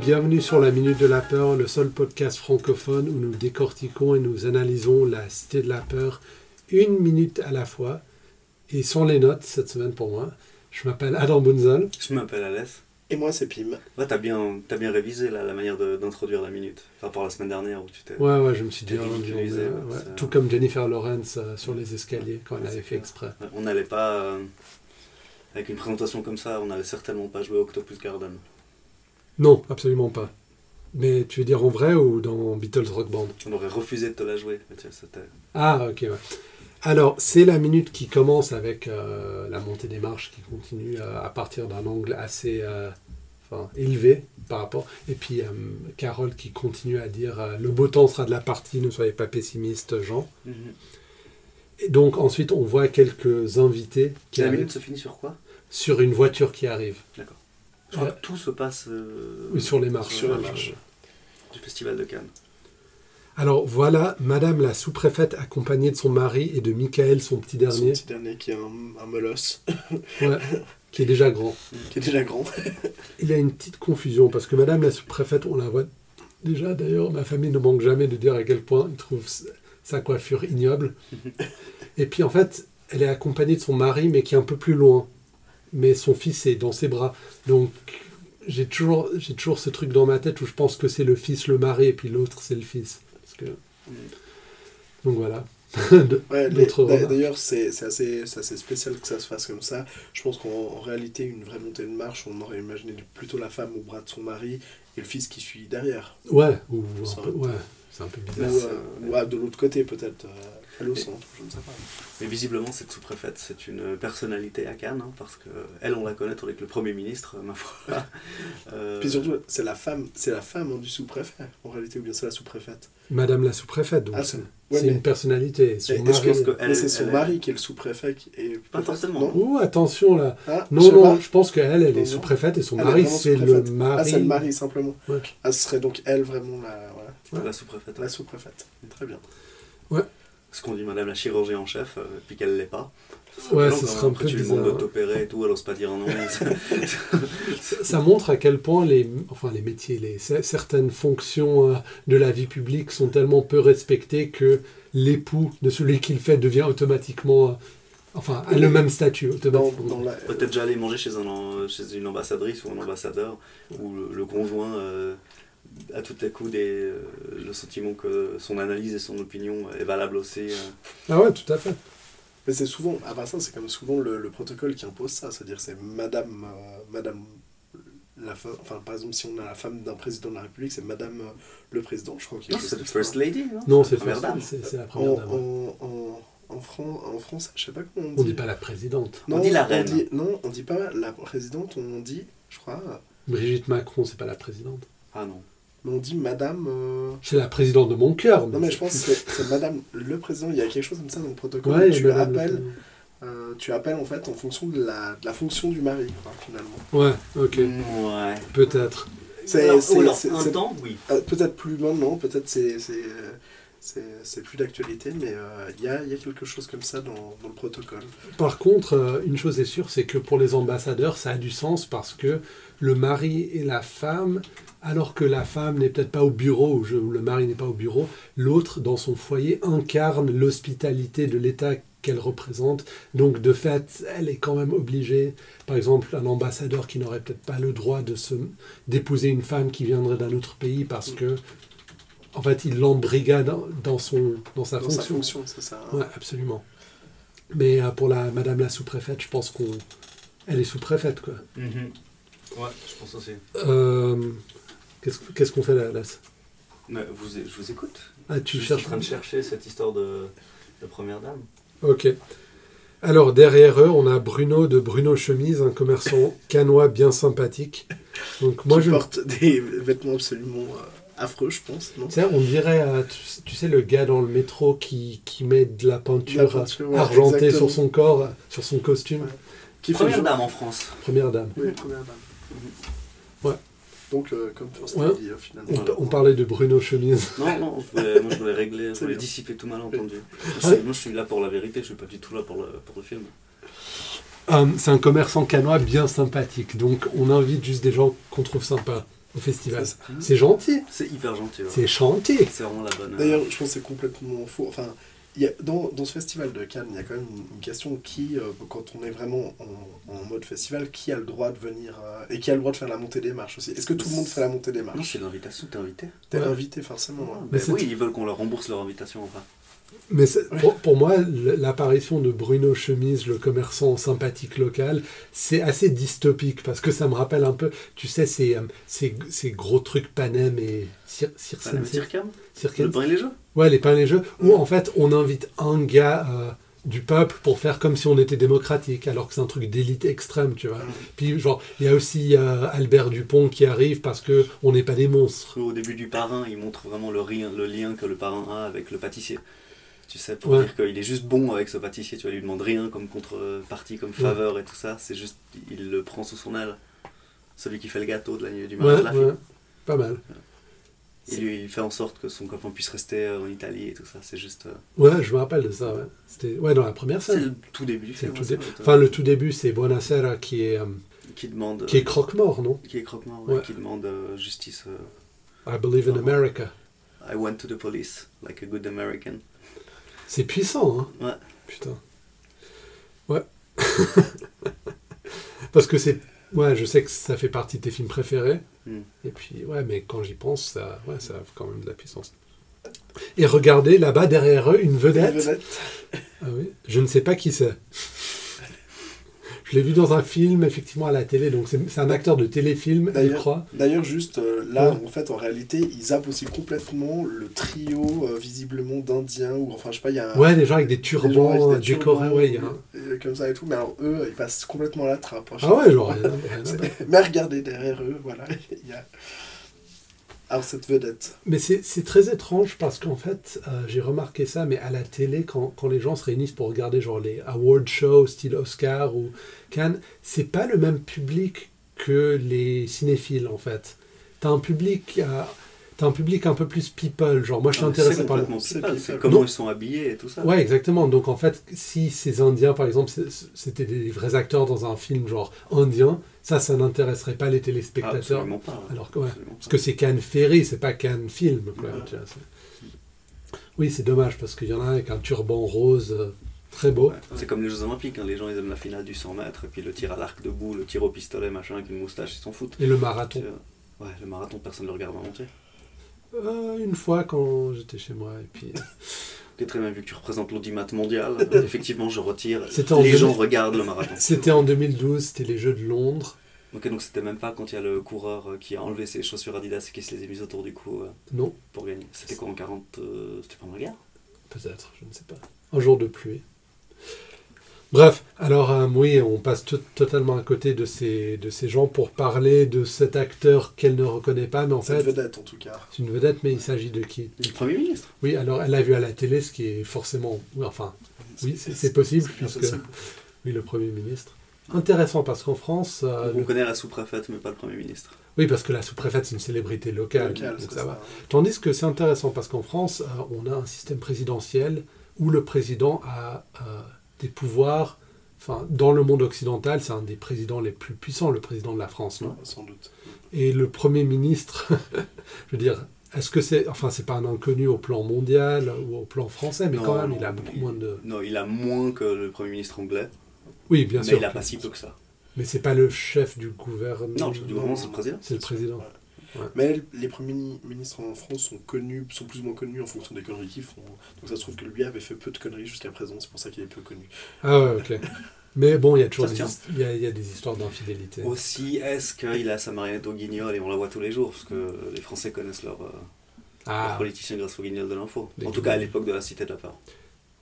bienvenue sur la Minute de la Peur, le seul podcast francophone où nous décortiquons et nous analysons la Cité de la Peur une minute à la fois. Et sont les notes cette semaine pour moi. Je m'appelle Adam Bunzel. Je m'appelle Alès. Et moi, c'est Pim. Ouais, t'as bien, t'as bien révisé là, la manière de- d'introduire la minute, par rapport à la semaine dernière où tu t'es. Ouais, ouais, je me suis dit, J'ai oh, dit que je j'en ai- lisais, ouais. ouais, c'est- tout comme Jennifer Lawrence euh, sur les escaliers quand elle Ouais, avait c'est fait clair. exprès. Ouais, On n'allait pas. euh, avec une présentation comme ça, on n'allait certainement pas jouer Octopus Garden. Non, absolument pas. Mais tu veux dire en vrai ou dans Beatles Rock Band On aurait refusé de te la jouer. Mais tu vois, c'était- Ah, ok, ouais. Alors, c'est la minute qui commence avec euh, la montée des marches qui continue euh, à partir d'un angle assez euh, enfin, élevé par rapport. Et puis, euh, Carole qui continue à dire euh, Le beau temps sera de la partie, ne soyez pas pessimiste, Jean. Mhm. Et donc, ensuite, on voit quelques invités qui La arrivent minute se finit sur quoi sur une voiture qui arrive. D'accord. Je crois Euh, que tout se passe. euh, Oui, sur les marches. Sur la marche. Du Festival de Cannes. Alors, voilà Madame la sous-préfète accompagnée de son mari et de Michael, son petit Son dernier, petit dernier qui est un, un molosse, ouais, qui est déjà grand. qui est déjà grand. Il y a une petite confusion parce que Madame la sous-préfète, on la voit déjà d'ailleurs. Ma famille ne manque jamais de dire à quel point ils trouvent s- sa coiffure ignoble. Et puis en fait, elle est accompagnée de son mari, mais qui est un peu plus loin. Mais son fils est dans ses bras. Donc j'ai toujours, j'ai toujours ce truc dans ma tête où je pense que c'est le fils, le mari, et puis l'autre, c'est le fils. Parce que... Mm. Donc voilà. De- Ouais, d'a- L'autre d'a- remarque. D'ailleurs, c'est c'est assez, c'est assez spécial que ça se fasse comme ça. Je pense qu'en en réalité, une vraie montée de marche, on aurait imaginé plutôt la femme au bras de son mari et le fils qui suit derrière. Ouais, ou un Ça- peu- ouais, c'est un peu Ou, bizarre. Ouais, euh, c'est- ou, ah, de l'autre côté, peut-être, euh, à l'océan. Je ne sais pas. euh, Mais visiblement, cette sous-préfète, c'est une personnalité à Cannes, hein, parce que elle, on la connaît avec le Premier ministre, ma foi. Euh, Puis surtout, c'est la femme, c'est la femme hein, du sous-préfet, en réalité, ou bien c'est la sous-préfète. Madame la sous-préfète, donc Ah, c'est c'est- ouais, c'est mais- une personnalité. Son Et- et je mari- pense que Mais elle- c'est son elle- mari qui est le sous-préfet. qui- Et Pas forcément. Non, Oh, attention là. Ah, je Non, sais non, pas. je pense qu'elle, elle Non, est non. sous-préfète et son Elle est mari, vraiment c'est le sous-préfète. mari. Ah, c'est le mari, simplement. Ouais. Ah, ce serait donc elle, vraiment, la, voilà, La sous-préfète. la sous-préfète. Très bien. Ce qu'on dit, madame la chirurgienne en chef, euh, puis qu'elle l'est pas. Ouais, Non, ce quand serait un après, peu tu lui bizarre. demandes de t'opérer et tout, elle ose pas dire non. Ça ça montre à quel point les, enfin, les métiers, les, cer- certaines fonctions euh, de la vie publique sont tellement peu respectées que l'époux de celui qui le fait devient automatiquement, euh, enfin, a le même statut Dans, automatiquement. dans la, Peut-être déjà aller manger chez, un, en- chez une ambassadrice ou un ambassadeur, où le, le conjoint euh, a tout à coup des, euh, le sentiment que son analyse et son opinion est valable aussi. euh. Ah ouais, tout à fait. Mais c'est souvent, à part ça, c'est comme souvent le, le protocole qui impose ça. C'est-à-dire, c'est madame, euh, madame la femme. Enfin, par exemple, si on a la femme d'un président de la République, c'est madame euh, le président, je crois qu'il y Non, a quelque Ah, c'est le chose comme First ça. Lady, non Non, c'est Première facile, dame. c'est c'est la En, première dame. en, en, en, Fran- en français, je sais pas comment on dit. On dit pas la présidente. on dit la reine. dit- non, on dit pas la présidente, on dit, je crois, euh, Brigitte Macron, c'est pas la présidente. Ah non. mais on dit madame. euh, C'est la présidente de mon cœur. Non, mais c'est- je pense que c'est c'est madame le président. Il y a quelque chose comme ça dans le protocole. Ouais, tu, madame le appelles, euh, tu appelles en fait en fonction de la, de la fonction du mari, quoi, finalement. président. Ouais, ok, Ouais. peut-être. C'est- Alors, c'est- ou alors, c'est- un c'est- temps, oui. Euh, peut-être plus maintenant, peut-être c'est c'est, euh, c'est- c'est plus d'actualité, mais euh, il y, a, il y a quelque chose comme ça dans, dans le protocole. Par contre, euh, une chose est sûre, c'est que pour les ambassadeurs, ça a du sens parce que le mari et la femme, alors que la femme n'est peut-être pas au bureau ou je- ou le mari n'est pas au bureau, l'autre dans son foyer incarne l'hospitalité de l'État qu'elle représente. Donc de fait, elle est quand même obligée, par exemple, un ambassadeur qui n'aurait peut-être pas le droit de se d'épouser une femme qui viendrait d'un autre pays parce que, en fait, il l'embrigade dans son dans sa dans sa fonction. fonction, c'est ça. hein. Ouais, absolument. Mais euh, pour la Madame la sous-préfète, je pense qu'on, elle est sous-préfète quoi. Mhm. Ouais, je pense aussi. Euh, Qu'est-ce qu'est-ce qu'on fait là, Las Mais vous, je vous écoute. Ah, tu je cherches. suis en train de chercher cette histoire de, de première dame. Ok. Alors derrière eux, on a Bruno de Bruno Chemise, un commerçant canois bien sympathique. Donc moi Qui je. porte des vêtements absolument euh, affreux, je pense. Non Tu sais, on dirait, euh, tu, tu sais, le gars dans le métro qui, qui met de la peinture, De la peinture, ouais, argentée exactement. sur son corps, euh, sur son costume. Ouais. Qui fait Première genre- dame en France. Première dame. Oui, première dame. Ouais. Donc, euh, comme First Ouais. Lady, euh, finalement. On, on parlait de Bruno Chemise. Non, non, je voulais- moi je voulais régler, je C'est voulais bien. dissiper tout malentendu. Moi je, Ouais. suis, moi, je suis là pour la vérité, je suis pas du tout là pour le, pour le film. Hum, c'est un commerçant canois bien sympathique, donc on invite juste des gens qu'on trouve sympas. au festival. C'est ça. C'est gentil. C'est hyper gentil. ouais. C'est chanté. C'est vraiment la bonne. euh, D'ailleurs, je pense que c'est complètement faux. Enfin, il y a- dans, dans ce festival de Cannes, il y a quand même une, une question qui, euh, quand on est vraiment en, en mode festival, qui a le droit de venir euh, et qui a le droit de faire la montée des marches aussi Est-ce que tout le monde fait la montée des Non, marches c'est l'invitation, t'es invité. T'es Ouais. invité forcément. hein. ouais. Ah, Mais mais c'est- oui, ils veulent qu'on leur rembourse leur invitation, enfin. Mais c'est- pour, pour moi, l- l'apparition de Bruno Chemise, le commerçant sympathique local, c'est assez dystopique parce que ça me rappelle un peu, tu sais, ces, euh, ces, ces gros trucs Panem et Cir- Ça le Circense- Tircam Le Circense- pain et les jeux Ouais, les pains et les jeux, où Ouais. en fait on invite un gars euh, du peuple pour faire comme si on était démocratique, alors que c'est un truc d'élite extrême, tu vois. Ouais. Puis genre, il y a aussi euh, Albert Dupont qui arrive parce que on n'est pas des monstres. Au début du parrain, ils montrent vraiment le, ri- le lien que le parrain a avec le pâtissier. Tu sais, pour Ouais. dire qu'il est juste bon avec ce pâtissier, tu vois, il lui demande rien comme contrepartie, comme faveur et tout ça. C'est juste, il le prend sous son aile. Celui qui fait le gâteau de la nuit du mariage Ouais, de la ouais, fille. pas mal. Et lui, il fait en sorte que son copain puisse rester euh, en Italie et tout ça. C'est juste. euh, Ouais, je me rappelle de ça. Ouais, C'était ouais dans la première c'est scène. le tout début du C'est le film. tout hein, dé- ça, toi. Enfin, le tout début, c'est Buonasera qui est, euh, Qui demande. qui est euh, croque-mort, non qui est croque-mort, ouais, Ouais. qui demande euh, justice. euh, I believe in Non. America. I went to the police, like a good American. C'est puissant, hein Ouais. Putain. Ouais. Parce que c'est. Ouais, je sais que ça fait partie de tes films préférés. Hmm. Et puis, ouais, mais quand j'y pense, ça, ouais, ça a quand même de la puissance. Et regardez là-bas derrière eux une vedette. Une vedette. Ah oui Je ne sais pas qui c'est. Je l'ai vu dans un film, effectivement, à la télé. Donc, c'est c'est un acteur de téléfilm, je D'ailleurs- crois. D'ailleurs, juste euh, là, Ouais. en fait, en réalité, ils zappent aussi complètement le trio euh, visiblement d'Indiens ou enfin, je sais pas, il y a un- Ouais, des gens avec des des gens avec turbans des décorés. turbans, Ouais, il y a un- euh, Comme ça et tout, mais alors eux, ils passent complètement à la trappe. hein, je Ah sais ouais, pas. genre. rien- rien à voir. Mais regardez derrière eux, voilà, il y a. Alors cette vedette. Mais c'est c'est très étrange parce qu'en fait, euh, j'ai remarqué ça, mais à la télé, quand, quand les gens se réunissent pour regarder genre les award shows, style Oscar ou Cannes, c'est pas le même public que les cinéphiles en fait. T'as un public, euh, t'as un public un peu plus people. Genre moi, je suis Ah, mais intéressé c'est par le. complètement C'est psychopathe, C'est psychopathe. comment Non. ils sont habillés et tout ça. Ah, Ouais, exactement. Donc en fait, si ces Indiens, par exemple, c'est- c'était des vrais acteurs dans un film genre indien, ça, ça n'intéresserait pas les Ah, téléspectateurs. absolument pas. Alors que ouais. Absolument Parce pas. que c'est Cannes Ferry, c'est pas Cannes Film. quoi, Ouais. tu vois, c'est- oui, c'est dommage parce qu'il y en a un avec un turban rose euh, très beau. Ouais. C'est comme les Jeux Olympiques, hein, les gens ils aiment la finale du 100 mètres, et puis le tir à l'arc debout, le tir au pistolet, machin, avec une moustache, ils s'en foutent. Et le marathon. Euh, Ouais, le marathon, personne ne le regarde à monter. Euh, une fois quand j'étais chez moi. Et puis, euh, Ok, très bien, vu que tu représentes l'audimat mondial, euh, effectivement je retire. C'était en Les deux- gens regardent le marathon. c'était en 2012, c'était les Jeux de Londres. Ok, donc c'était même pas quand il y a le coureur euh, qui a enlevé ses chaussures Adidas et qui se les a mises autour du cou euh, Non, pour gagner. C'était quoi en 40 euh, C'était pas en guerre peut-être, je ne sais pas. Un jour de pluie. Bref, alors euh, oui, on passe to- totalement à côté de ces, de ces gens pour parler de cet acteur qu'elle ne reconnaît pas, mais en Cette fait, vedette en tout cas. c'est une vedette, mais il s'agit de qui Le Premier ministre Oui, alors elle l'a vu à la télé, ce qui est forcément, oui, enfin, Oui, c'est- c'est possible, c'est puisque- possible. oui, le Premier ministre. Intéressant parce qu'en France, euh, Donc, le- On connaît la sous-préfète, mais pas le Premier ministre. oui, parce que la sous-préfète c'est une célébrité locale, Local, donc c'est ça va. Tandis que c'est intéressant parce qu'en France, euh, on a un système présidentiel où le président a euh, des pouvoirs. Enfin, dans le monde occidental, c'est un des présidents les plus puissants, le président de la France, non Sans doute. Et le premier ministre, je veux dire, est-ce que c'est, enfin, c'est pas un inconnu au plan mondial ou au plan français, mais Non, quand même, non, il a beaucoup il- moins de. Non, il a moins que le Premier ministre anglais, Oui, bien mais sûr. il a pas si peu que ça. Mais c'est pas le chef du gouvernement. Non, du moment c'est le président. C'est le président. Mais les premiers mini- ministres en France sont connus, sont plus ou moins connus en fonction des conneries qu'ils font. Donc ça se trouve que lui avait fait peu de conneries jusqu'à présent, c'est pour ça qu'il est peu connu. Ah ouais, ok. Mais bon, il y a toujours Ça des, tient. his- il y a, il y a des histoires d'infidélité. Aussi, est-ce qu'il a sa marionnette au guignol et on la voit tous les jours Parce que les Français connaissent leurs euh, leurs Ah, politiciens grâce au guignol de l'info. Les En tout cas, à guignols. l'époque de la Cité de la Peur.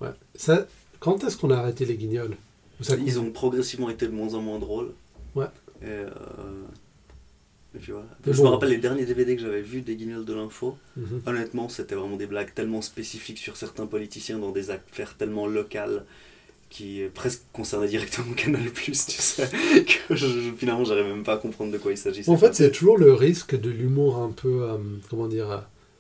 ouais. Ça, quand est-ce qu'on a arrêté les guignols Ou ça- Ils ont progressivement été de moins en moins drôles. Ouais. Et, euh, et puis voilà. Mais je bon. me rappelle les derniers DVD que j'avais vus des guignols de l'info. Mhm. Honnêtement, c'était vraiment des blagues tellement spécifiques sur certains politiciens dans des affaires tellement locales qui euh, presque concernaient directement Canal+, tu sais, que je- je- finalement, j'arrivais même pas à comprendre de quoi il s'agissait. En fait, c'est toujours le risque de l'humour un peu, euh, comment dire, euh,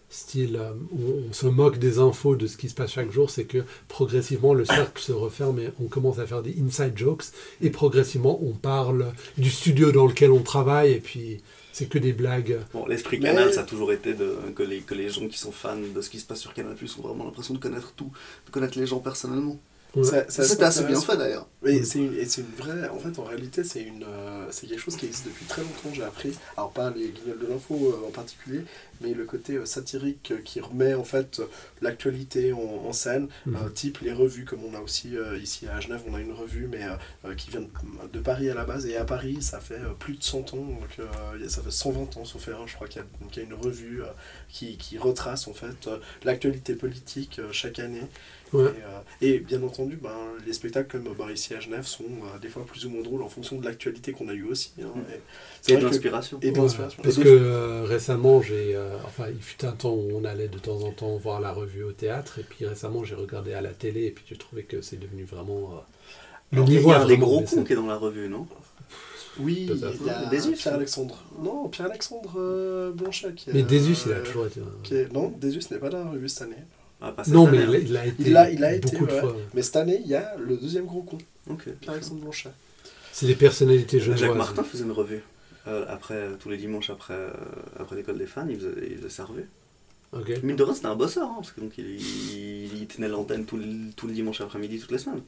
style euh, où on se moque des infos de ce qui se passe chaque jour, c'est que progressivement le cercle se referme et on commence à faire des inside jokes et progressivement on parle du studio dans lequel on travaille et puis c'est que des blagues. Bon, l'esprit Mais- Canal, ça a toujours été de, que, les, que les gens qui sont fans de ce qui se passe sur Canal Plus ont vraiment l'impression de connaître tout, de connaître les gens personnellement. Ça- ça- C'était assez bien intéresse. fait d'ailleurs. Oui, c'est une, et c'est une vraie. En fait, en réalité, c'est une, euh, c'est quelque chose qui existe depuis très longtemps. J'ai appris, alors pas les guignols de l'info euh, en particulier, mais le côté euh, satirique euh, qui remet en fait euh, l'actualité en, en scène, Mhm. euh, type les revues, comme on a aussi euh, ici à Genève, on a une revue, mais euh, euh, qui vient de, de Paris à la base. Et à Paris, ça fait euh, plus de 100 ans, donc euh, y a- ça fait 120 ans, sauf erreur, je crois qu'il y, a- qu'il y a une revue euh, qui, qui retrace en fait euh, l'actualité politique euh, chaque année. Ouais. Et, euh, Et, bien entendu, ben, les spectacles comme euh, ben, ici à Genève sont euh, des fois plus ou moins drôles en fonction de l'actualité qu'on a eue aussi. hein. Mm. Et c'est C'est de vrai que- l'inspiration. et de Ouais, l'inspiration. Parce Et que euh, récemment, j'ai, euh, enfin, il fut un temps où on allait de temps en temps voir la revue au théâtre, et puis récemment, j'ai regardé à la télé, et puis j'ai trouvé que c'est devenu vraiment euh, le Alors, Il niveau y a a un des vraiment gros baissé. cons qui est dans la revue, non Oui, Peut-être. il y a Désus. Pierre-Alexandre. Non, Pierre-Alexandre euh, Blanchet. qui Mais a- Désus, il a toujours été. un- qui est- Non, Désus n'est pas dans la revue cette année. Ah, pas cette Non, année, mais il a- hein. il a été Il a- il a été, beaucoup de ouais. fois. Mais cette année, il y a le deuxième gros con, Ok. Pierre-Alexandre Blanchet. C'est des personnalités Jacques genevoises. Martin faisait une revue. Euh, après, euh, tous les dimanches après, euh, après l'école des fans, il faisait, il faisait sa revue. Ok. Mine de rien, c'était un bosseur, hein, parce que donc, il, il, il tenait l'antenne tout le, tout le dimanche après-midi, toutes les semaines.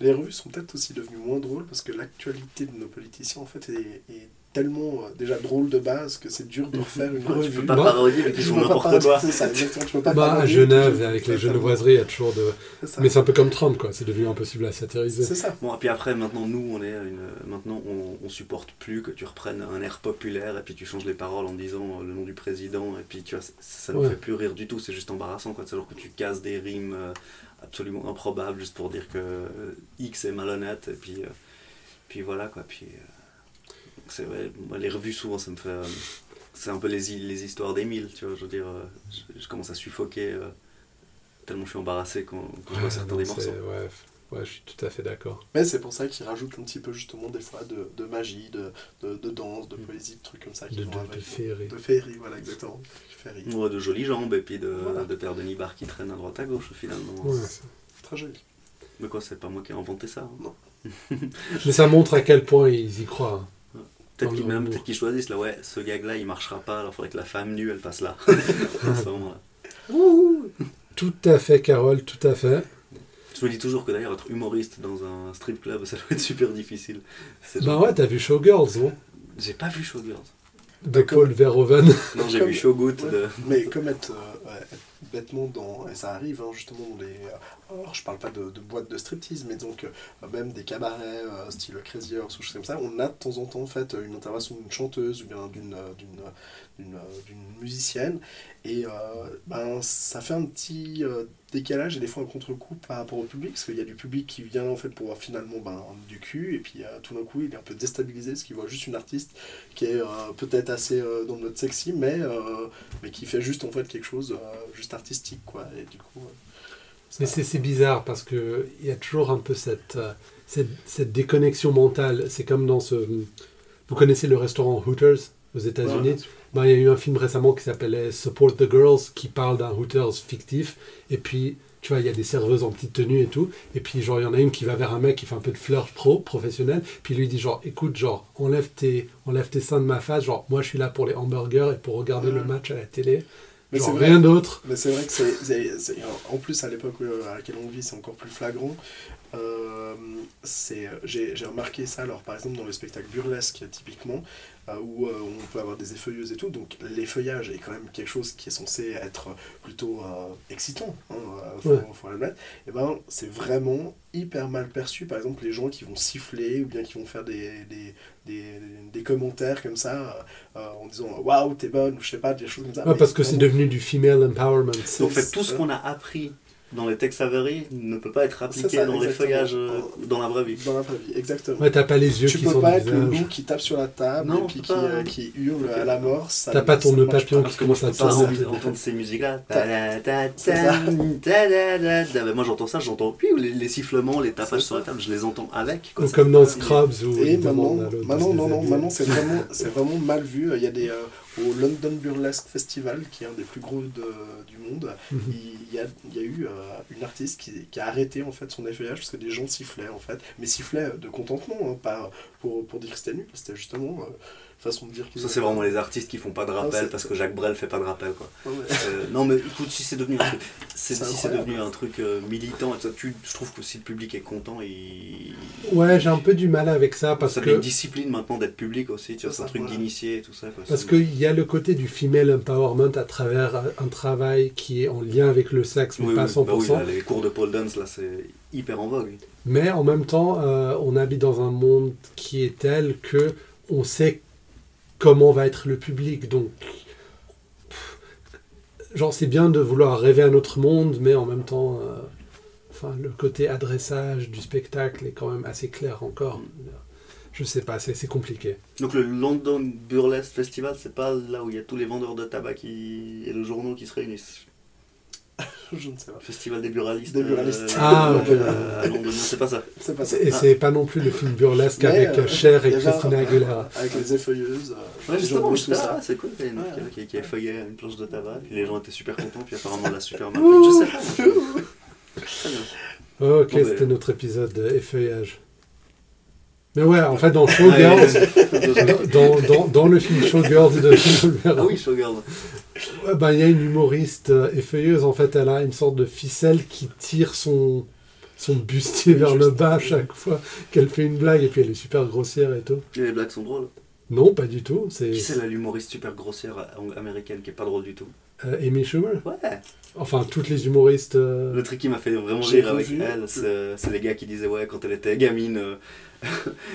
Les revues sont peut-être aussi devenues moins drôles parce que l'actualité de nos politiciens, en fait, est, est tellement euh, déjà drôle de base que c'est dur de refaire une Ouais, revue. Je peux pas Bah, parodier, mais qui Tu font peux pas n'importe quoi. parler- c'est ça, exactement, tu peux pas Bah, à parler- Genève, avec les Totalement. genevoiseries, il y a toujours de. C'est ça. Mais c'est un peu comme Trump, quoi. C'est devenu impossible à C'est satiriser. ça. Bon, et puis après, maintenant, nous, on est une... maintenant, on, on supporte plus que tu reprennes un air populaire et puis tu changes les paroles en disant euh, le nom du président et puis tu vois, ça, ça nous Ouais. fait plus rire du tout, c'est juste embarrassant, quoi. C'est alors que tu casses des rimes euh, absolument improbables juste pour dire que euh, X est malhonnête et puis, euh, puis voilà, quoi. Puis, euh, c'est ouais, moi, les revues, souvent, ça me fait. euh, c'est un peu les, hi- les histoires d'Émile, tu vois. Je veux dire, euh, je, je commence à suffoquer euh, tellement je suis embarrassé quand, quand je vois Ouais, certains non, des c'est- morceaux. ouais, f- ouais, je suis tout à fait d'accord. Mais c'est pour ça qu'ils rajoutent un petit peu justement des fois de, de magie, de, de, de danse, de poésie, de trucs comme ça. qui De, de, vont avec. de féerie. de féerie, voilà, exactement. Féerie. Ouais, de jolies jambes et puis de, Voilà. de paires de nibards qui traînent à droite à gauche finalement. Ouais. Très joli. Mais quoi, c'est pas moi qui ai inventé ça. hein. Mais ça montre à quel point ils y croient. hein. Peut-être Dans qu'ils le même humour. peut qu'ils choisissent là, ouais, ce gag-là il marchera pas, alors faudrait que la femme nue elle passe là. à ce moment-là. Tout à fait, Carole, tout à fait. Je me dis toujours que d'ailleurs être humoriste dans un strip club ça doit être super difficile. C'est Bah genre- ouais, t'as vu Showgirls, non J'ai pas vu Showgirls. De Paul Verhoeven. Non, j'ai Comme- vu Showgood de. Mais comme être, euh, ouais, être bêtement dans. Et ça arrive hein, justement dans les. euh, alors je parle pas de, de boîtes de striptease, mais donc euh, même des cabarets euh, style Crazy Horse ou choses comme ça, on a de temps en temps en fait une intervention d'une chanteuse ou bien d'une euh, d'une euh, d'une, euh, d'une musicienne. Et euh, ben, ça fait un petit euh, décalage et des fois un contre-coup par rapport au public, parce qu'il y a du public qui vient en fait pour voir finalement ben, du cul, et puis euh, tout d'un coup il est un peu déstabilisé parce qu'il voit juste une artiste qui est euh, peut-être assez euh, dans le mode sexy, mais, euh, mais qui fait juste en fait quelque chose euh, juste artistique quoi. Et du coup, euh, ça- Mais c'est c'est bizarre parce que il y a toujours un peu cette, euh, cette, cette déconnexion mentale. C'est comme dans ce. Vous connaissez le restaurant Hooters aux États-Unis Ouais. Ben, Il y a eu un film récemment qui s'appelait Support the Girls qui parle d'un Hooters fictif. Et puis, tu vois, il y a des serveuses en petite tenue et tout. Et puis, genre, il y en a une qui va vers un mec qui fait un peu de flirt pro, professionnel. Puis, il lui dit, genre, écoute, genre, enlève tes, enlève tes seins de ma face. Genre, moi, je suis là pour les hamburgers et pour regarder Ouais. le match à la télé. Mais c'est genre, vrai. rien d'autre. Mais c'est vrai que c'est, c'est- c'est- en plus à l'époque euh, à laquelle on vit, c'est encore plus flagrant. Euh, c'est, j'ai, j'ai remarqué ça, alors par exemple dans le spectacle burlesque typiquement, euh, où euh, on peut avoir des effeuilleuses et tout, donc l'effeuillage est quand même quelque chose qui est censé être plutôt euh, excitant, hein, euh, faut, Ouais. faut l'admettre, et ben c'est vraiment hyper mal perçu, par exemple les gens qui vont siffler ou bien qui vont faire des, des, des, des commentaires comme ça euh, en disant waouh t'es bonne ou je sais pas, des choses comme ça. Ouais, Ah, mais parce que c'est vraiment, devenu du female empowerment. c'est- Donc faites tout ce c'est- qu'on a appris dans les textes avérés ne peut pas être appliqué ça, dans les exactement. feuillages euh, En- dans la vraie vie. Dans la vraie vie, exactement. Ouais, t'as pas les yeux tu qui peux sont pas dans être le le loup visage. qui tape sur la table Non, et puis on qui, peut pas. euh, qui hurle à la mort. ça- T'as pas ton ça nœud marche papillon pas. qui Parce que moi, commence je à n'ai te pas envie sortir. d'entendre ces musiques-là. Ta- Ta-da-ta-ta, C'est ça. ta-da-da-da. Ben, Moi, j'entends ça, j'entends puis les, les sifflements, les tapages sur la table, je les entends avec. quoi. Ou C'est comme dans pas- Scrubs où Et ils maintenant, demandent à l'autre de maintenant, se non, non, déshabiller. maintenant, c'est vraiment, c'est vraiment mal vu. Il y a des euh, au London Burlesque Festival, qui est un des plus gros de- du monde. Mhm. Il y a, il y a eu euh, une artiste qui, qui a arrêté en fait son effeuillage parce que des gens sifflaient en fait, mais sifflaient euh, de contentement, hein, pas pour pour dire que c'était nu. C'était justement euh, une façon de dire qu'ils Ça, c'est vraiment les artistes qui font pas de Ah, rappel c'est- parce que Jacques Brel fait pas de rappel. quoi. Ouais, ouais. Euh, non, mais écoute, si c'est devenu un truc, c'est- C'est si c'est incroyable. devenu un truc euh, militant, et tout ça, tu- je trouve que si le public est content, il. Ouais, j'ai un peu du mal avec ça parce ça que devient une discipline maintenant d'être public aussi, tu vois, C'est c'est un ça, truc voilà. d'initié et tout ça. Quoi. Parce C'est- qu'il y a le côté du female empowerment à travers euh, un travail qui est en lien avec le sexe, mais Oui, pas à oui, 100%. bah oui, là, les cours de pole dance, là, c'est hyper en vogue. Mais en même temps, euh, on habite dans un monde qui est tel que on sait comment va être le public. Donc, pff, genre, c'est bien de vouloir rêver un autre monde, mais en même temps, euh, enfin, le côté adressage du spectacle est quand même assez clair encore. Je sais pas, c'est c'est compliqué. Donc le London Burlesque Festival, c'est pas là où il y a tous les vendeurs de tabac qui... et le journaux qui se réunissent. Je ne sais pas. Le Festival des buralistes. euh, Des buralistes. Ah, ok. à Londres, non, c'est pas ça. C'est pas ça. Ah. Et c'est pas non plus le film burlesque Mais, avec euh, Cher et il y avait un- Christina Aguilera. Avec les effeuilleuses. euh, Ouais, les justement, gens j'étais rouges, tout là, c'est cool. Il y a une meuf Ouais. qui avait- qui, qui avait feuillé une planche de tabac, puis les gens étaient super contents, puis apparemment la super mal faite, je sais pas. Très bien. Ok, Bon, ben- c'était notre épisode de effeuillage. Mais ouais, en fait, dans Ah, Showgirls, Ouais. dans, dans, dans le film Showgirls de Jules Verne, Ah oui, Showgirl. ouais, ben, il y a une humoriste euh, effeuilleuse, en fait, elle a une sorte de ficelle qui tire son, son bustier Oui, vers le juste. bas à chaque fois qu'elle fait une blague, et puis elle est super grossière et tout. Et les blagues sont drôles. Non, pas du tout, c'est Qui c'est la humoriste super grossière euh, américaine qui est pas drôle du tout euh, Amy Schumer. Ouais. Enfin, toutes les humoristes... euh, Le truc qui m'a fait vraiment J'ai rire avec revu elle, le- c'est c'est les gars qui disaient ouais quand elle était gamine, euh,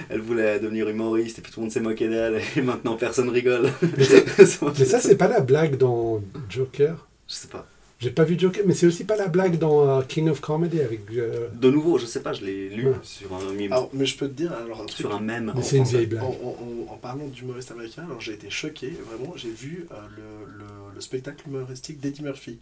elle voulait devenir humoriste et puis tout le monde s'est moqué d'elle et maintenant personne rigole. Mais ça- m'a fait- Mais ça, c'est pas la blague dans Joker je sais pas. j'ai pas vu Joker, mais c'est aussi pas la blague dans euh, King of Comedy avec. euh, De nouveau, je sais pas, je l'ai lu Ouais. Ah. sur un mime, ça. Alors, mais je peux te dire alors un truc. sur un mème. Mais en c'est une français. vieille blague. En, en- en- en parlant d'humoriste américain, alors j'ai été choqué, vraiment, j'ai vu euh, le, le- le spectacle humoristique d'Eddie Murphy.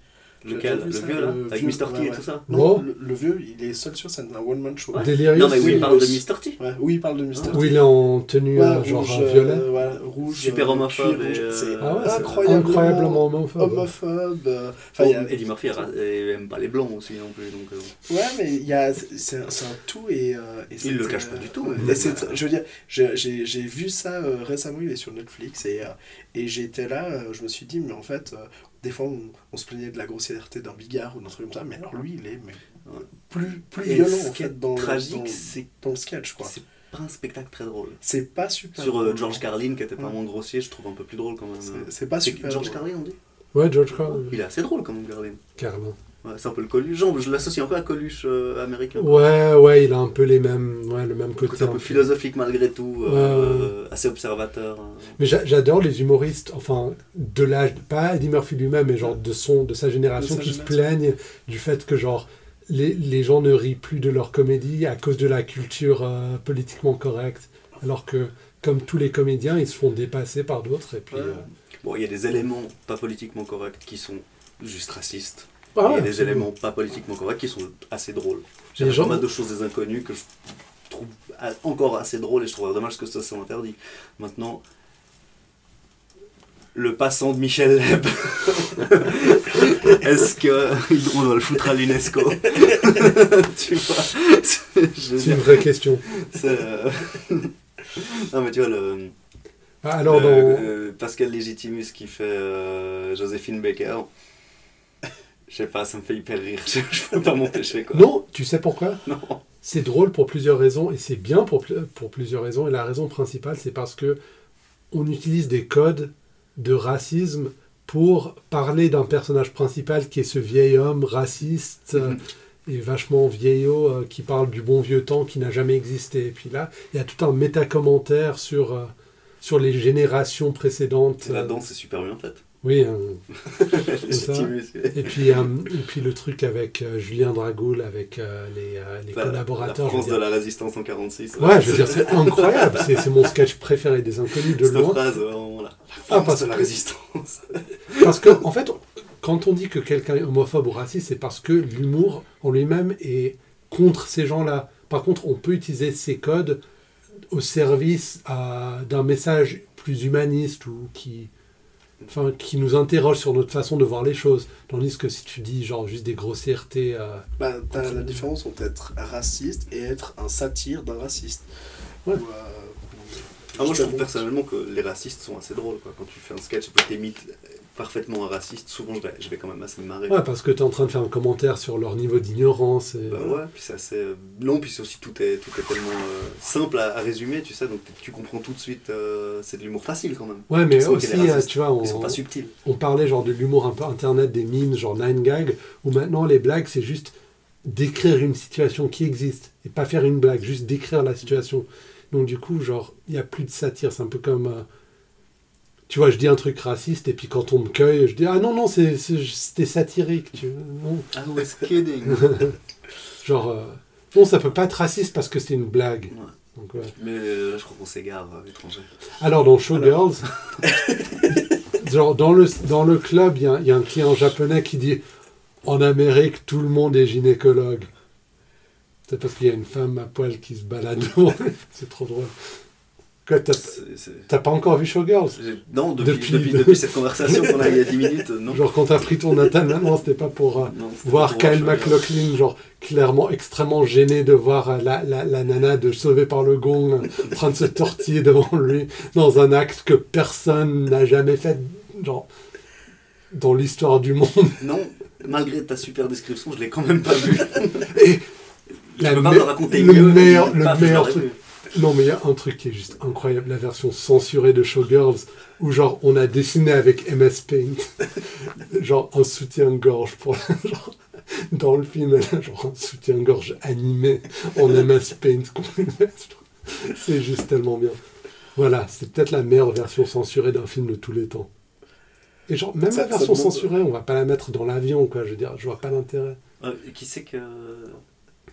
Lequel J'ai Le vu ça, vieux là le Avec vieux, Mr. T et ouais, tout ça Oh. Non, le, le vieux, il est seul sur scène, un one-man show. Delirious. Non mais oui, Ah c'est- il parle de Mr. T. Ouais, oui, il parle de Mr. Où il est en tenue euh, Ouais, genre rouge, euh, euh, violet. voilà, rouge, Super euh, homophobe cuir rouge, et, euh, c'est Ah ouais, c'est incroyablement, incroyablement homophobe. homophobe. euh, enfin, il y a- Oh, Eddie Murphy elle- elle aime pas les blancs aussi non plus donc. euh, Ouais, mais il y a, c'est un, c'est un tout et, euh, et c'est- le cache pas du tout, ouais. mais- Et c'est- je veux dire, j'ai- j'ai j'ai vu ça euh, récemment, il est sur Netflix et, euh, et j'étais là, euh, je me suis dit, mais en fait, euh, des fois on, on se plaignait de la grossièreté d'un bigard ou d'un truc comme ça, mais alors lui, il est mais, euh, Ouais. plus, plus Et violent ce en qui est fait dans, le- dans, tragique, c'est dans le sketch, quoi. c'est pas un spectacle très drôle. C'est pas super. Sur euh, drôle. George Carlin qui était pas Ouais. moins grossier, je trouve un peu plus drôle quand même. C'est- C'est pas C'est super. George drôle. Carlin on dit Ouais, George Carlin. Il est assez drôle quand même Carlin. Carlin. Ouais, c'est un peu le Coluche. Genre, je l'associe un peu à Coluche euh, américain. Ouais, ouais, il a un peu les mêmes, ouais, le même Côté côté. un peu philosophique malgré tout, euh, assez observateur. hein. Mais j'a- j'adore les humoristes, enfin, de l'âge, pas Eddie Murphy lui-même, mais genre de son, de sa génération, De sa qui se génération. plaignent du fait que genre les, les gens ne rient plus de leur comédie à cause de la culture euh, politiquement correcte, alors que comme tous les comédiens, ils se font dépasser par d'autres et puis. Ouais. euh, Bon, il y a des éléments pas politiquement corrects qui sont juste racistes. ah il y a ouais, des absolument. éléments pas politiquement corrects qui sont assez drôles. J'ai Les pas gens- mal de choses des inconnus que je trouve a- encore assez drôles et je trouve dommage que ça soit interdit. Maintenant, le passant de Michel Leb, est-ce qu'on doit le foutre à l'UNESCO Tu vois c'est- je veux C'est une dire, vraie question. c'est, euh, Non, mais tu vois, le, Ah, Alors, le- dans... le Euh, Pascal Légitimus qui fait euh, Joséphine Baker. Je sais pas, ça me fait hyper rire. Je je peux pas m'empêcher quoi. non, tu sais pourquoi Non. C'est drôle pour plusieurs raisons et c'est bien pour, pl- pour plusieurs raisons. Et la raison principale, c'est parce que on utilise des codes de racisme pour parler d'un personnage principal qui est ce vieil homme raciste Mhm. euh, et vachement vieillot euh, qui parle du bon vieux temps qui n'a jamais existé. Et puis là, il y a tout un méta-commentaire sur, euh, sur les générations précédentes. Et euh, Là-dedans, c'est super bien fait. Oui, hein, Les ça. Optimus, ouais. et, puis, euh, et puis le truc avec euh, Julien Dragoul, avec euh, les, euh, les La- collaborateurs. La je veux France dire. de la résistance en 46. Ouais, je veux dire, c'est incroyable. C'est c'est mon sketch préféré des inconnus de Cette loin. phrase, vraiment, là. La Ah, France parce de la que- résistance. Parce que, en fait, quand on dit que quelqu'un est homophobe ou raciste, c'est parce que l'humour en lui-même est contre ces gens-là. Par contre, on peut utiliser ces codes au service à- d'un message plus humaniste ou qui, enfin, qui nous interroge sur notre façon de voir les choses. Tandis que si tu dis genre juste des grossièretés, euh, Bah, t'as la différence entre être raciste et être un satire d'un raciste. Ouais. Ou, euh, Ah, moi, je trouve Justement. personnellement que les racistes sont assez drôles. Quoi. Quand tu fais un sketch et que t'imites parfaitement un raciste, souvent je vais, je vais quand même assez me marrer. ouais, parce que tu es en train de faire un commentaire sur leur niveau d'ignorance. et- Bah ouais, puis c'est assez euh, long, puis c'est aussi tout est, tout est tellement euh, simple à, à résumer, tu sais, donc t- tu comprends tout de suite, euh, c'est de l'humour facile quand même. Ouais, mais Sauf qu'il est aussi, euh, raciste. tu vois, on, Ils sont pas subtils. on parlait genre de l'humour un peu internet, des mimes, genre nine gag, où maintenant les blagues c'est juste décrire une situation qui existe et pas faire une blague, juste décrire la situation. Donc du coup, genre, il n'y a plus de satire, c'est un peu comme. euh, tu vois, je dis un truc raciste et puis quand on me cueille, je dis ah non, non, c'est- c'est- c'était satirique, tu vois. Non. I was kidding. Genre, euh, non, ça peut pas être raciste parce que c'est une blague. Donc, ouais. Mais euh, là, je crois qu'on s'égare à l'étranger. Alors dans Showgirls, genre dans le dans le club, il y, a- il y a un client japonais qui dit en Amérique tout le monde est gynécologue. C'est parce qu'il y a une femme à poil qui se balade. devant. C'est trop drôle. Quoi, t'as C'est- c'est- t'as pas encore vu Showgirls j'ai- Non, depuis, Euh, Depuis- depuis, depuis cette conversation qu'on a il y a 10 minutes, euh, non. Genre quand t'as pris ton Nathan, non, c'était pas pour euh, Non, c'était voir pour Kyle autre chose. McLaughlin, genre clairement extrêmement gêné de voir euh, la, la, la nana de Sauvé par le Gong euh, en train de se tortiller devant lui dans un acte que personne n'a jamais fait, genre dans l'histoire du monde. Non, malgré ta super description, je l'ai quand même pas vu. Et Je La peux pas me- me raconter le mieux. meilleur- mais le paf, je meilleur l'aurais truc. vu. non, mais il y a un truc qui est juste incroyable, la version censurée de Showgirls où genre on a dessiné avec MS Paint, genre un soutien-gorge pour genre dans le film, elle a genre un soutien-gorge animé en MS Paint. qu'on lui met. C'est juste tellement bien. Voilà, c'est peut-être la meilleure version censurée d'un film de tous les temps. Et genre, même Ça- la ça version demande- censurée, on va pas la mettre dans l'avion, quoi. Je veux dire, je vois pas l'intérêt. Euh, qui sait que.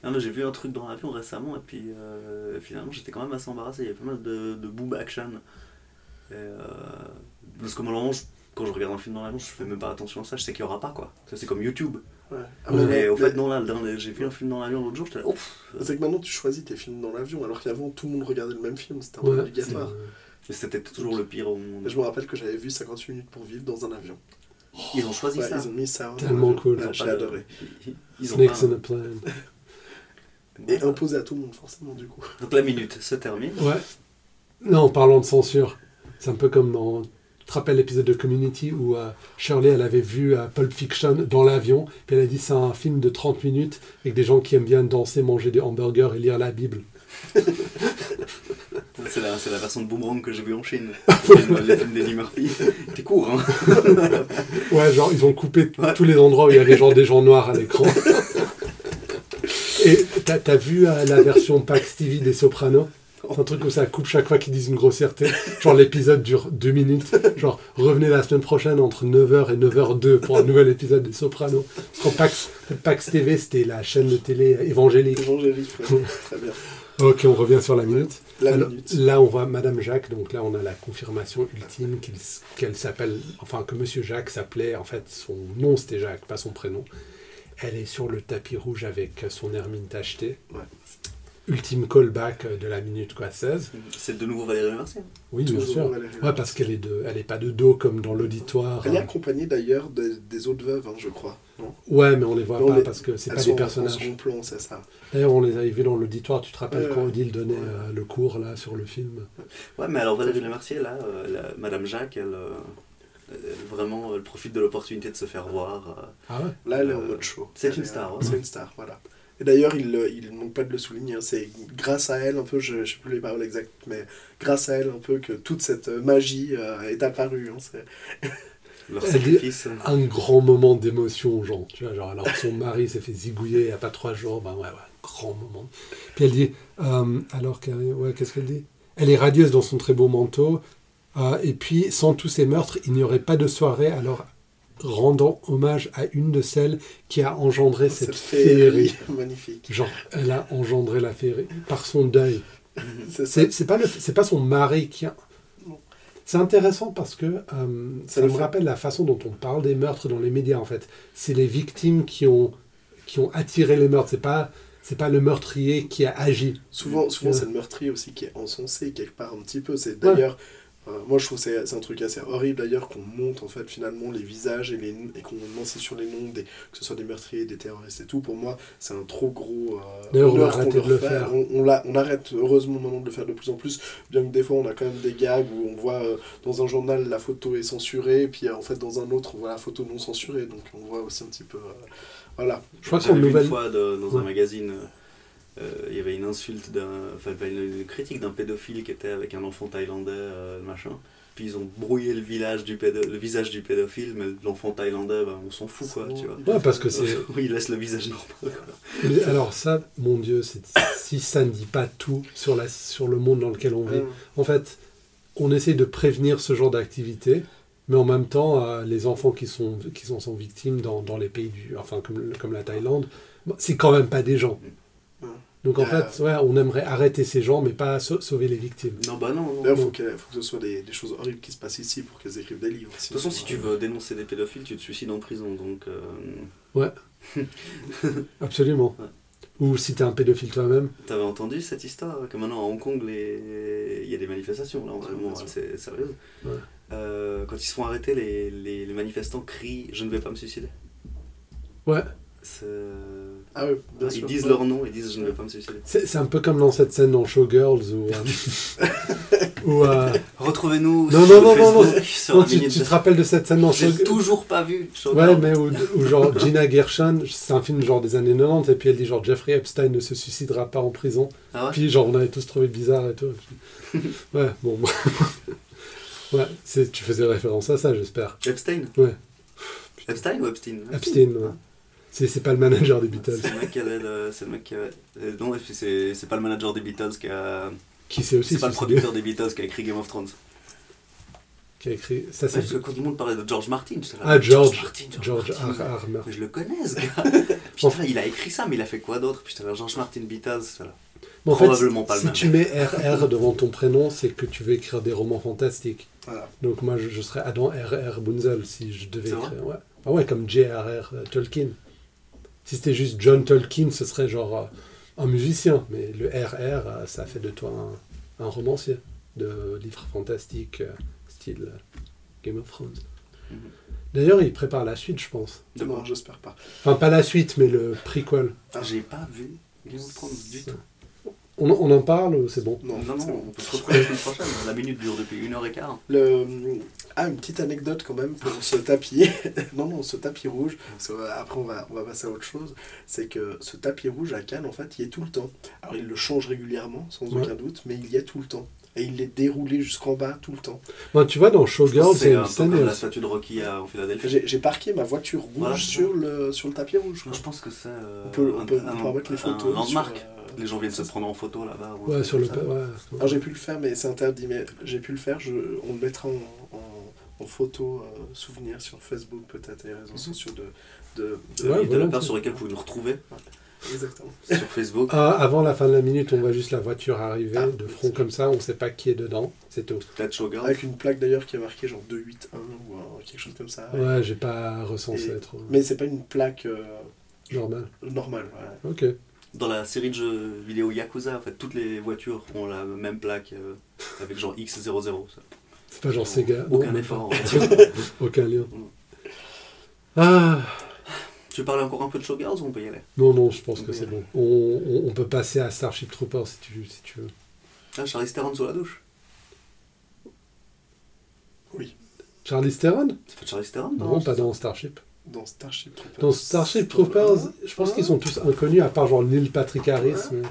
Ah, moi, j'ai vu un truc dans l'avion récemment et puis euh, finalement j'étais quand même assez embarrassé. Il y a pas mal de, de boob action. Et, euh, parce que normalement, je- quand je regarde un film dans l'avion, je fais même pas attention à ça. Je sais qu'il y aura pas quoi. Ça, c'est comme YouTube. ouais. Ah, Ouais. mais Mais au le- fait, non, là, le dernier- j'ai vu un film dans l'avion l'autre jour, j'étais là, ouf C'est que maintenant tu choisis tes films dans l'avion, alors qu'avant tout le monde regardait le même film, c'était un peu Ouais, obligatoire. c'est- Mais c'était toujours le pire au Et monde. je me rappelle que j'avais vu 58 minutes pour vivre dans un avion. Ils ont choisi Ouais, ça. ils ont mis ça. Tellement dans l'avion. cool. Ouais, Ils ont J'ai pas de- adoré. Ils- Ils ont Snakes pas- in a plane. Et imposé à tout le monde, forcément, du coup. Donc la minute se termine. Ouais. Non, en parlant de censure, c'est un peu comme dans. Tu te rappelles l'épisode de Community où euh, Shirley, elle avait vu euh, Pulp Fiction dans l'avion, puis elle a dit c'est un film de 30 minutes avec des gens qui aiment bien danser, manger des hamburgers et lire la Bible. C'est la, c'est la version de Boomerang que j'ai vue en Chine. le film- le film d'Eddie Murphy. T'es court, hein Ouais, genre, ils ont coupé t- Ouais. tous les endroits où il y avait genre des gens noirs à l'écran. Et t'as t'as vu euh, la version Pax TV des Sopranos C'est un truc où ça coupe chaque fois qu'ils disent une grossièreté. Genre l'épisode dure deux minutes. Genre revenez la semaine prochaine entre 9h et 9h02 pour un nouvel épisode des Sopranos. Parce qu'en Pax, Pax TV c'était la chaîne de télé évangélique. Évangélique, ouais. très bien. Ok, on revient sur la minute. La Alors, minute. Là, on voit Madame Jacques, donc là, on a la confirmation ultime qu'il- qu'elle s'appelle, enfin, que Monsieur Jacques s'appelait, en fait, son nom c'était Jacques, pas son prénom. Elle est sur le tapis rouge avec son hermine tachetée. Ouais. Ultime callback de la minute, quoi, 16. C'est de nouveau Valérie Mercier. Oui, bien Toujours sûr. Valérie. Ouais, parce qu'elle est de, elle est pas de dos comme dans l'auditoire. Elle est hein. accompagnée d'ailleurs des, des autres veuves, hein, je crois. Non Ouais, mais on les voit Non, pas les- parce que c'est Elles pas sont des en- personnages. En second plan, c'est ça. D'ailleurs, on les avait vus dans l'auditoire. Tu te rappelles Ouais, quand ouais. Odile donnait Ouais. euh, le cours là sur le film Ouais, mais alors Valérie Lemercier, là, euh, la- Madame Jacques, elle, euh, elle, vraiment, elle profite de l'opportunité de se faire voir. euh. Ah ouais. Là, elle est en Euh, mode show. c'est Elle une est- star, hein. ouais. C'est une star, voilà. Et d'ailleurs, il ne il manque pas de le souligner. hein, C'est grâce à elle, un peu, je ne sais plus les paroles exactes, mais grâce à elle, un peu, que toute cette euh, magie euh, est apparue. hein, c'est- Leur Elle sacrifice. un grand moment d'émotion, genre, tu vois, genre, alors que son mari s'est fait zigouiller il n'y a pas trois jours, ben ouais, ouais, un grand moment. Puis elle dit, euh, alors qu'elle, ouais, qu'est-ce qu'elle dit Elle est radieuse dans son très beau manteau, Euh, et puis, sans tous ces meurtres, il n'y aurait pas de soirée. Alors, rendant hommage à une de celles qui a engendré cette, Ah, Cette féerie. féerie magnifique. Genre, elle a engendré la féerie par son deuil. C'est ça. Mhm. C'est c'est pas le- c'est pas son mari qui a. Non. C'est intéressant parce que euh, Ça ça le me fait. rappelle la façon dont on parle des meurtres dans les médias en fait. C'est les victimes qui ont qui ont attiré les meurtres. C'est pas c'est pas le meurtrier qui a agi. Souvent, souvent Ouais. c'est le meurtrier aussi qui est encensé quelque part un petit peu. C'est d'ailleurs, euh, moi je trouve que c'est c'est un truc assez horrible d'ailleurs qu'on monte en fait finalement les visages et, les, et qu'on insiste sur les noms, des, que ce soit des meurtriers, des terroristes et tout. Pour moi, c'est un trop gros euh, D'ailleurs, on honneur a arrêté qu'on leur de le fait. faire. On, on l'a- on arrête heureusement maintenant de le faire de plus en plus, bien que des fois on a quand même des gags où on voit euh, dans un journal la photo est censurée, puis euh, en fait dans un autre on voit la photo non censurée. Donc on voit aussi un petit peu. euh, voilà. Je crois qu'on J'avais vu nouvelle. une fois de- dans un Ouais. magazine, euh, euh, il y avait une insulte, d'un, enfin enfin, une, une critique d'un pédophile qui était avec un enfant thaïlandais, euh, le machin. Puis ils ont brouillé le, village du pédo- le visage du pédophile, mais l'enfant thaïlandais, ben, on s'en fout, quoi, tu vois. Ouais, parce que c'est il laisse le visage normal. quoi. alors ça mon dieu c'est- si ça ne dit pas tout sur la sur le monde dans lequel on vit. Hum. En fait, on essaie de prévenir ce genre d'activité, mais en même temps, euh, les enfants qui sont qui sont, sont victimes dans, dans les pays du, enfin comme, comme la Thaïlande, bon, c'est quand même pas des gens. Mm. Donc en Euh. fait, ouais, on aimerait arrêter ces gens, mais pas sau- sauver les victimes. Non, bah non. non. D'ailleurs, De faut, qu'elle- faut que ce soit des, des choses horribles qui se passent ici pour qu'elles écrivent des livres. De toute façon, si tu veux dénoncer des pédophiles, tu te suicides en prison, donc... euh, Absolument. Ouais. Ou si t'es un pédophile toi-même. T'avais entendu cette histoire Que maintenant à Hong Kong, les- il y a des manifestations là en ce Ouais, moment, bien sûr. c'est sérieux. Ouais. Euh, quand ils se font arrêter, les, les- les manifestants crient Je ne vais pas me suicider. Ouais. C'est- Ah oui, bien ils sûr. disent Ouais. leur nom, ils disent Je ne vais pas me suicider. C'est c'est un peu comme dans cette scène dans Showgirls où. euh, où, euh, Retrouvez-nous Non, sur non, non, non, Facebook, sur non, la tu, minute tu de- te rappelles de cette scène dans Je l'ai Showgirls toujours pas vu. je suis Ouais, encore- mais où, où genre Gina Gershon, c'est un film genre des années 90, et puis elle dit genre Jeffrey Epstein ne se suicidera pas en prison. Ah ouais Puis genre on avait tous trouvé bizarre et tout. Ouais, bon. ouais, c'est- tu faisais référence à ça, j'espère. Epstein Ouais. Epstein ou Epstein Ah, Epstein, ouais. C'est c'est pas le manager des Beatles. C'est le mec qui avait le- C'est le mec qui avait- euh, Non, c'est c'est pas le manager des Beatles qui a. Qui s'est aussi C'est pas le suicidé, producteur des Beatles qui a écrit Game of Thrones. qui a écrit. Ça, Ouais, c'est parce que quand tout le monde parlait de George Martin, j'étais là, Ah, George. Martin, George ah, R. Martin. R. Martin. Mais je le connais, ce gars. Putain, il a écrit ça, mais il a fait quoi d'autre Putain, George Martin Beatles, ça là. Mais en Probablement fait, pas le si même. tu mets RR devant ton prénom, c'est que tu veux écrire des romans fantastiques. Voilà. Donc moi, je, je serais Adam R.R. Bunzel si je devais C'est écrire. Ouais. Ah ouais, comme J.R.R. euh, Tolkien. Si c'était juste John Tolkien, ce serait genre euh, un musicien. Mais le R.R., euh, ça fait de toi un, un romancier de livres fantastiques, euh, style euh, Game of Thrones. Mhm. D'ailleurs, il prépare la suite, je pense. De non, quoi j'espère pas. Ah, Enfin, pas la suite, mais le prequel. J'ai pas vu Game of Thrones du tout. On, on en parle ou c'est bon Non, Non, c'est non, bon. on peut se retrouver la semaine prochaine. La minute dure depuis une heure et quart. Le... Ah, une petite anecdote quand même pour ce tapis. non, non, ce tapis rouge. parce que, euh, après, on va, on va passer à autre chose. C'est que ce tapis rouge à Cannes, en fait, il est tout le temps. Alors, il le change régulièrement, sans Ouais. aucun doute, mais il y est tout le temps. Et il est déroulé jusqu'en bas tout le temps. Non, Tu vois, dans Showgirls, il y C'est a euh, un une peu scène. comme la statue de Rocky à- en Philadelphie. J'ai j'ai parqué ma voiture rouge Voilà, c'est sur, le, sur le tapis rouge. Je je pense que c'est. euh, On peut, on un- peut, on un- pourra mettre les photos. Un landmark. sur, euh, Les gens viennent se prendre en photo là-bas. ou un Ouais, truc sur le. comme ça. ouais. Alors j'ai pu le faire, mais c'est interdit. Mais j'ai pu le faire. Je, on le mettra en, en- en photo euh, souvenir sur Facebook peut-être et les réseaux sociaux de, de, de- Mhm. Ouais, Et de la volontiers. page sur laquelle vous nous retrouvez exactement. sur Facebook. Ah, avant la fin de la minute, on voit juste la voiture arriver Ah. de front comme ça, on sait pas qui est dedans, c'est tout. Peut-être Showgirl. Avec une plaque d'ailleurs qui a marqué genre 281 ou euh, quelque chose comme ça. Ouais, j'ai pas recensé Et- trop. Mais c'est pas une plaque euh, Normal. normale. voilà. Ok. Dans la série de jeux vidéo Yakuza, en fait, toutes les voitures ont la même plaque euh, avec genre X00. ça. C'est pas genre Sega. Aucun non, effort. Aucun lien. Non. Ah tu veux parler encore un peu de Showgirls ou on peut y aller Non, non, je pense que c'est bon. On, on- on peut passer à Starship Trooper si tu, si tu veux. Ah, Charlie Theron sous la douche. Oui, Charlie Theron C'est pas Charlie Theron non, pas dans Starship. dans Starship Troopers. Dans Starship Troopers, je pense qu'ils sont tous inconnus, à part genre Neil Patrick Harris. mais-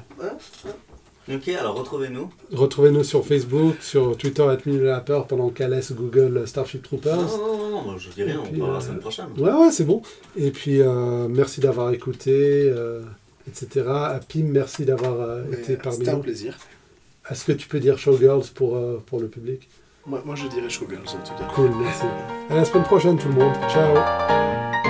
Ok, alors retrouvez-nous. Retrouvez-nous sur Facebook, sur Twitter, @minulapeur pendant qu'Alès Google Starship Troopers. Non, non, non, non, moi, je dis rien, Et on puis, parlera la euh, semaine prochaine. Ouais, ouais, c'est bon. Et puis, euh, merci d'avoir écouté, euh, etc. À Pim, merci d'avoir euh, Mais, été euh, parmi C'était un nous. plaisir. Est-ce que tu peux dire Showgirls pour, euh, pour le public Moi, moi je dirais Showgirls en tout cas. Cool, merci. À la semaine prochaine tout le monde. Ciao.